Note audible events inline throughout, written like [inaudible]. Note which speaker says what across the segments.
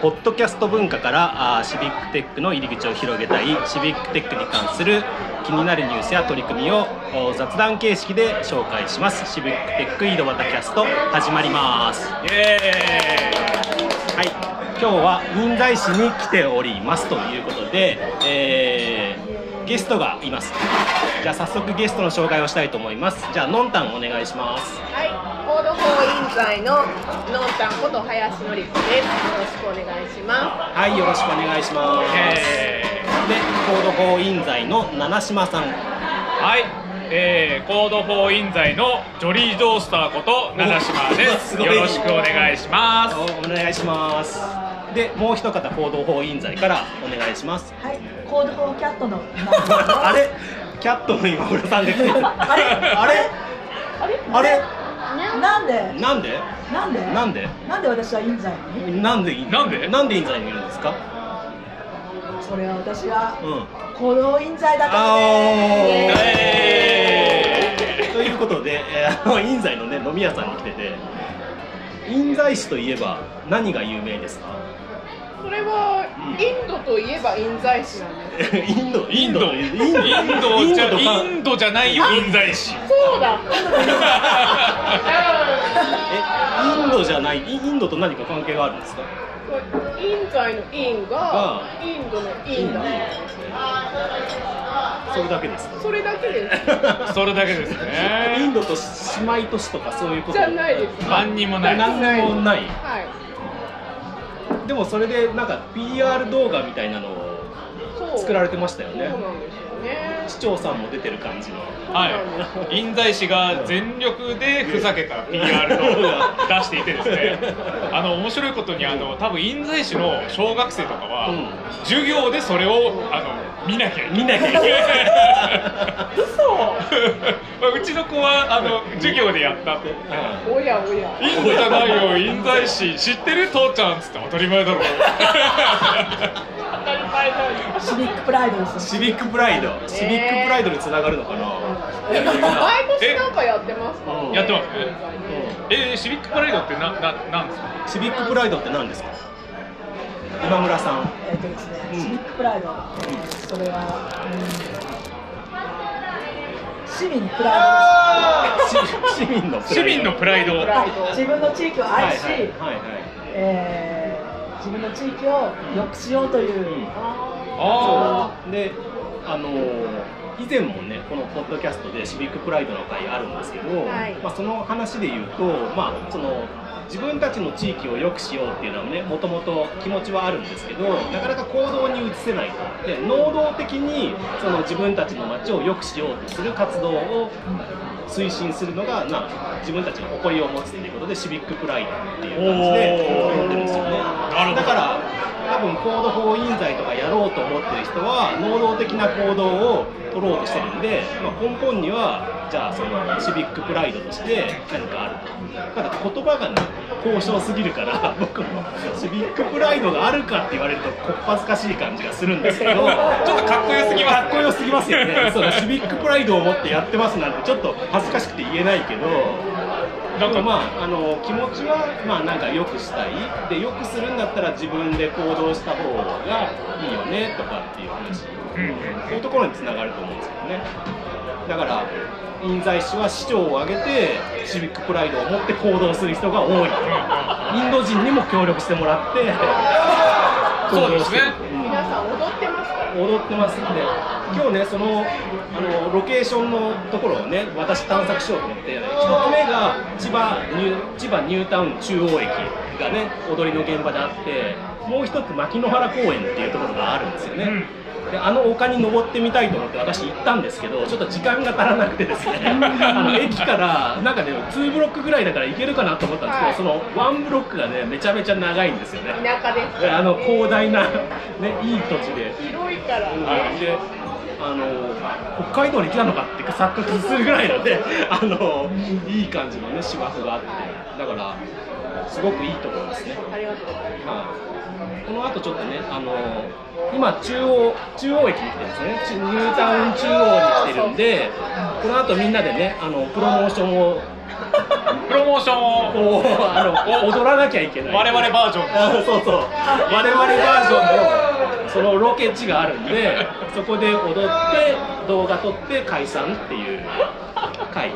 Speaker 1: ポッドキャスト文化からあーシビックテックの入り口を広げたいシビックテックに関する気になるニュースや取り組みをお雑談形式で紹介しますシビックテック井戸端キャスト始まります
Speaker 2: イエ
Speaker 1: はい、今日は印西市に来ておりますということで、えーゲストがいます。じゃあ早速ゲストの紹介をしたいと思います。じゃあのんたんお願いします。
Speaker 3: はい、コード法委員会ののんたんこと林典子です。よろしくお願いしま
Speaker 1: はい、よろしくお願いします。で、コード法印西の七島さん。
Speaker 2: はい、えー、コードフォーインザイのジョリー・ジョースターこと長島で
Speaker 1: おす
Speaker 2: す
Speaker 1: ごい
Speaker 2: よろしくお願いします
Speaker 1: おお願いします。で、もう一方コード法印西からお願いします。
Speaker 4: はい、コードフォーキャットの。
Speaker 1: [laughs] あれ、キャットの今村さんが来てる。
Speaker 4: あれ
Speaker 1: [laughs] あれ、
Speaker 4: あれ
Speaker 1: あれ、
Speaker 4: なんで
Speaker 1: なんで、
Speaker 4: なんで
Speaker 1: なんで。
Speaker 4: なんで私はいいんじゃない
Speaker 1: なんでいい
Speaker 2: なんで
Speaker 1: なんで印西にいるんですか。
Speaker 4: それは私は
Speaker 1: う、ん。
Speaker 4: コードフォーインザイだから
Speaker 1: あ
Speaker 4: ね。
Speaker 2: イエーイ
Speaker 1: ーということで、えーあの印西のね飲み屋さんに来てて、印西市といえば何が有名ですか？
Speaker 3: す。それはインドといえば印西市なんです。
Speaker 1: インド、
Speaker 2: インド
Speaker 1: イ
Speaker 2: イン
Speaker 1: ン
Speaker 2: ド
Speaker 1: ド、
Speaker 2: じゃ
Speaker 1: とか
Speaker 2: インドじゃないよインザイ市
Speaker 3: そうだ。
Speaker 1: え、インドじゃない、イインドと何か関係があるんですか？
Speaker 3: 印西の印がインドの印だ。
Speaker 1: それだけですか？
Speaker 3: それだけです。
Speaker 2: それだけです
Speaker 1: イン
Speaker 2: ね
Speaker 1: ドと姉妹都市とかそういうこと
Speaker 3: じゃないです
Speaker 2: 何にもない
Speaker 1: 何にもない。
Speaker 3: はい。
Speaker 1: でもそれでなんか PR 動画みたいなのを
Speaker 3: そう。
Speaker 1: 作られてましたよね
Speaker 3: そうなんですよね。
Speaker 1: 市長さんも出てる感じの。
Speaker 2: はい、印西市が全力でふざけた PR を出していてですねあの面白いことにあの多分印西市の小学生とかは、
Speaker 1: うん
Speaker 2: 授業でそれをあの見なきゃい
Speaker 1: 見
Speaker 2: けない [laughs]
Speaker 1: なきゃいけない。
Speaker 2: まあうちの子はあの授業でやったって
Speaker 3: おやおや。
Speaker 2: インドじゃないよ印西市知ってる父ちゃんっつって当たり前だ
Speaker 1: [laughs]
Speaker 2: ろ
Speaker 3: 当たり前だよ。
Speaker 4: シビックプライドです。
Speaker 1: シビックプライド、シビックプライドにつながるのかな。いやいや
Speaker 3: 毎年なんかやってますからね。
Speaker 2: やってますね
Speaker 3: 印西ね
Speaker 2: えー、シビックパレードってなななんですか
Speaker 1: シビックプライドって何ですか。今村さん。
Speaker 4: えっとですね
Speaker 1: うん、
Speaker 4: シビックプライド。それは、うん市民プラ
Speaker 1: し [laughs] 市民のプライド
Speaker 2: 市民のプライド
Speaker 4: イドですあ。自分の地域を愛し、
Speaker 1: はいはいはいはい
Speaker 4: えー自分の地域を良くしようという。
Speaker 2: あ
Speaker 1: そうで、あのー以前もねこのポッドキャストでシビックプライドの会あるんですけど、
Speaker 3: はい
Speaker 1: まあその話で言うと、まあその自分たちの地域を良くしようっていうのはねもともと気持ちはあるんですけど、なかなか行動に移せないと。で、能動的にその自分たちの街を良くしようとする活動を推進するのが、まあ、自分たちの誇りを持つっていうことでシビックプライドっていう感じで呼んでるんですよね
Speaker 2: おーなるほど
Speaker 1: だから多分コード法印罪とかやろうと思ってる人は能動的な行動を取ろうとしてるんで、まあ、根本にはじゃあそのシビックプライドとして何かあるとただ言葉がね高尚すぎるから [laughs] 僕もシビックプライドがあるかって言われるとこっぱずかしい感じがするんですけど
Speaker 2: ちょっとかっこよすぎます
Speaker 1: かっこよすぎますよねそうだシビックプライドを持ってやってますなんてちょっと恥ずかしくて言えないけど
Speaker 2: な
Speaker 1: なんん
Speaker 2: か
Speaker 1: かまああの気持ちはまあなんか良くしたいで良くするんだったら自分で行動した方がいいよねとかっていう話
Speaker 2: あ
Speaker 1: そ
Speaker 2: うんうん
Speaker 1: ういうところにつながると思うんですけどねだから印西市は市長を挙げてシビックプライドを持って行動する人が多いインド人にも協力してもらって
Speaker 2: そうですね
Speaker 1: うん
Speaker 3: 皆さん踊ってますか
Speaker 1: 踊ってますんで今日ねそのあのロケーションのところをね私探索しようと思って1つ目が千葉ニュー千葉ニュータウン中央駅がね踊りの現場であってもう一つ牧之原公園っていうところがあるんですよね、であの丘に登ってみたいと思って私行ったんですけどちょっと時間が足らなくてですねあの駅からなんかね2ブロックぐらいだから行けるかなと思ったんですけど、その1ブロックがねめちゃめちゃ長いんですよね
Speaker 3: 田舎です
Speaker 1: であの広大な、ね、いい土地で
Speaker 3: 広いからね、
Speaker 2: はい
Speaker 1: であの北海道に来たのかって錯覚するぐらいので [laughs] あのいい感じのね芝生があってだからすごくいいところですね、
Speaker 3: ありがとうございます
Speaker 1: はい、この後ちょっとねあの今中央中央駅に来てるんですね中ニュータウン中央に来てるんでこの後みんなでねあのプロモーションを
Speaker 2: プロモーションを
Speaker 1: おーあの踊らなきゃいけない
Speaker 2: 我々バージョン
Speaker 1: あそうそう我々バージョンのそのロケ地があるんでそこで踊って動画撮って解散っていう回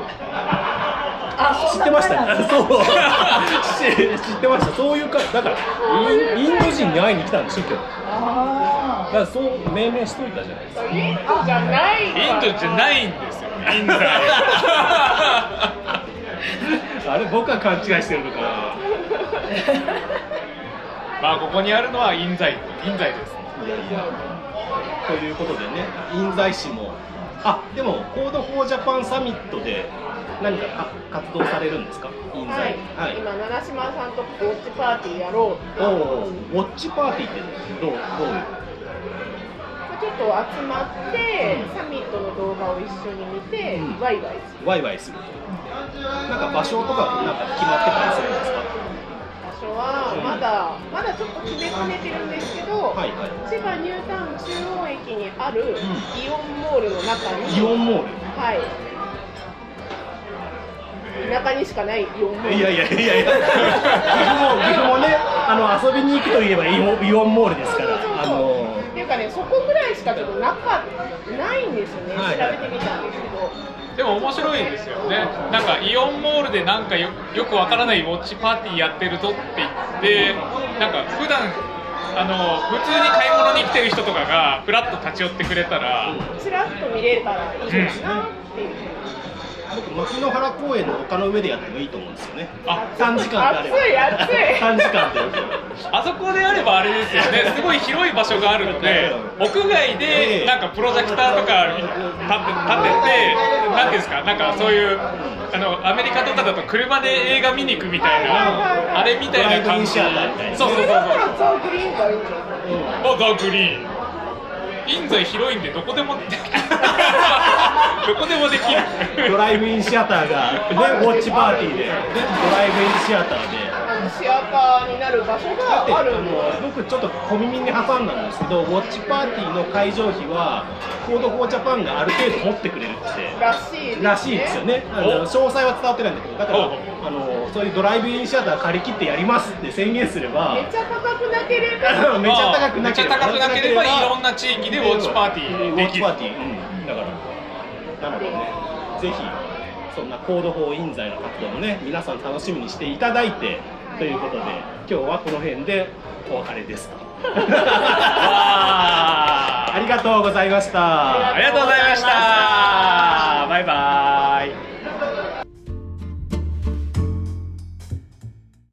Speaker 4: あ
Speaker 1: 知ってました
Speaker 4: そんな前なん
Speaker 1: ね
Speaker 4: だ
Speaker 1: [laughs] そうし [laughs] 知ってましたそういう回だからインインド人に会いに来たんでしょ今日だ
Speaker 4: あ
Speaker 1: からそう命名しといたじゃないです [laughs] か
Speaker 3: インドじゃない
Speaker 2: インドじゃないんですよイ
Speaker 1: [laughs]
Speaker 2: ンドま
Speaker 1: あれ僕は勘違いしてるのかな
Speaker 2: あここにあるのは印西印西です
Speaker 1: いやいや。ということでね、印西市も、あでも、コード・フォー・ジャパンサミットで、何かか活動されるんですか、印西。
Speaker 3: はい、今七島さんとウォッチパーティーやろうって
Speaker 1: おお、ウォッチパーティーってどうどういう
Speaker 3: ちょっと集まって、サミットの動画を一緒に見て、
Speaker 1: うん
Speaker 3: ワイワイする
Speaker 1: ワイワイするとなんか場所とかなんか決まってたりするんですか
Speaker 3: 場所はまだまだちょっと決めかねてるんですけど、
Speaker 1: はいはい
Speaker 3: 千葉ニュータウン中央駅にある
Speaker 1: ん
Speaker 3: イオンモールの中に、
Speaker 1: イオンモー
Speaker 3: はい田舎にしかないイオンモール
Speaker 1: ルいやいやい
Speaker 3: [laughs]
Speaker 1: やいや岐阜も岐阜もねあの遊びに行くといえばイオンイオンモールです
Speaker 3: そう
Speaker 1: か
Speaker 3: そう
Speaker 1: ら
Speaker 3: そう
Speaker 1: あ
Speaker 3: そう
Speaker 1: の
Speaker 3: っていうかねそこぐらいしかちょっとなかないんですよね、
Speaker 1: はいはい
Speaker 3: 調べてみたんですけど
Speaker 2: でも面白いですよねなんかイオンモールでなんかよよくわからないウォッチパーティーやってるぞって言ってなんか普段あの普通に買い物に来てる人とかがふらっと立ち寄ってくれたら
Speaker 3: ちらっと見れたらいいかなっていう。
Speaker 1: 僕牧之原公園の丘の上でやってもいいと思うんですよね
Speaker 2: あ
Speaker 1: 3時間であれば
Speaker 3: 暑い暑い
Speaker 1: 3時間で
Speaker 2: あそこであればあれですよね、すごい広い場所があるの
Speaker 1: [laughs]
Speaker 2: で、屋外でなんかプロジェクターとか立て立てて、なんていうんですか、なんかそういう、あのアメリカとかだと車で映画見に行くみたいな、あれみたいな
Speaker 1: ドライ
Speaker 2: 感じ、そう
Speaker 1: ブインシアターみたいな
Speaker 2: そうそう
Speaker 3: だから
Speaker 2: そ
Speaker 3: ザ・グリーンがいいんじゃないう
Speaker 2: う、おザ・グリーン、印西広いんで、どこでもできる、どこでもでき
Speaker 1: んド
Speaker 2: る、
Speaker 1: ライブインシアターが、ね、ウォッチパーティーで、ね、ドライブインシアターで。
Speaker 3: あのシアターになる場所があるんで
Speaker 1: 僕ちょっと小耳に挟んだんですけどウォッチパーティーの会場費はコード・フォー・ジャパンがある程度持ってくれるって
Speaker 3: らしいですね
Speaker 1: らしいですよねあの詳細は伝わってないんだけどだから
Speaker 2: お
Speaker 1: あのそういうドライブインシアター借り切ってやりますって宣言すれば
Speaker 3: めっちゃ高くなければ
Speaker 1: あの [laughs] めっちゃ高くなければ
Speaker 2: めっちゃ高くなければいろんな地域でウォッチパーティーできる
Speaker 1: ウォッチパーティー、うん、だからなのでねぜひそんなコード法印材の活動もね皆さん楽しみにしていただいて、ということで今日はこの辺でお別れ
Speaker 2: [laughs]
Speaker 1: ですと
Speaker 2: あ
Speaker 1: ありがとうございました
Speaker 2: ありがとうございました、バイバイ。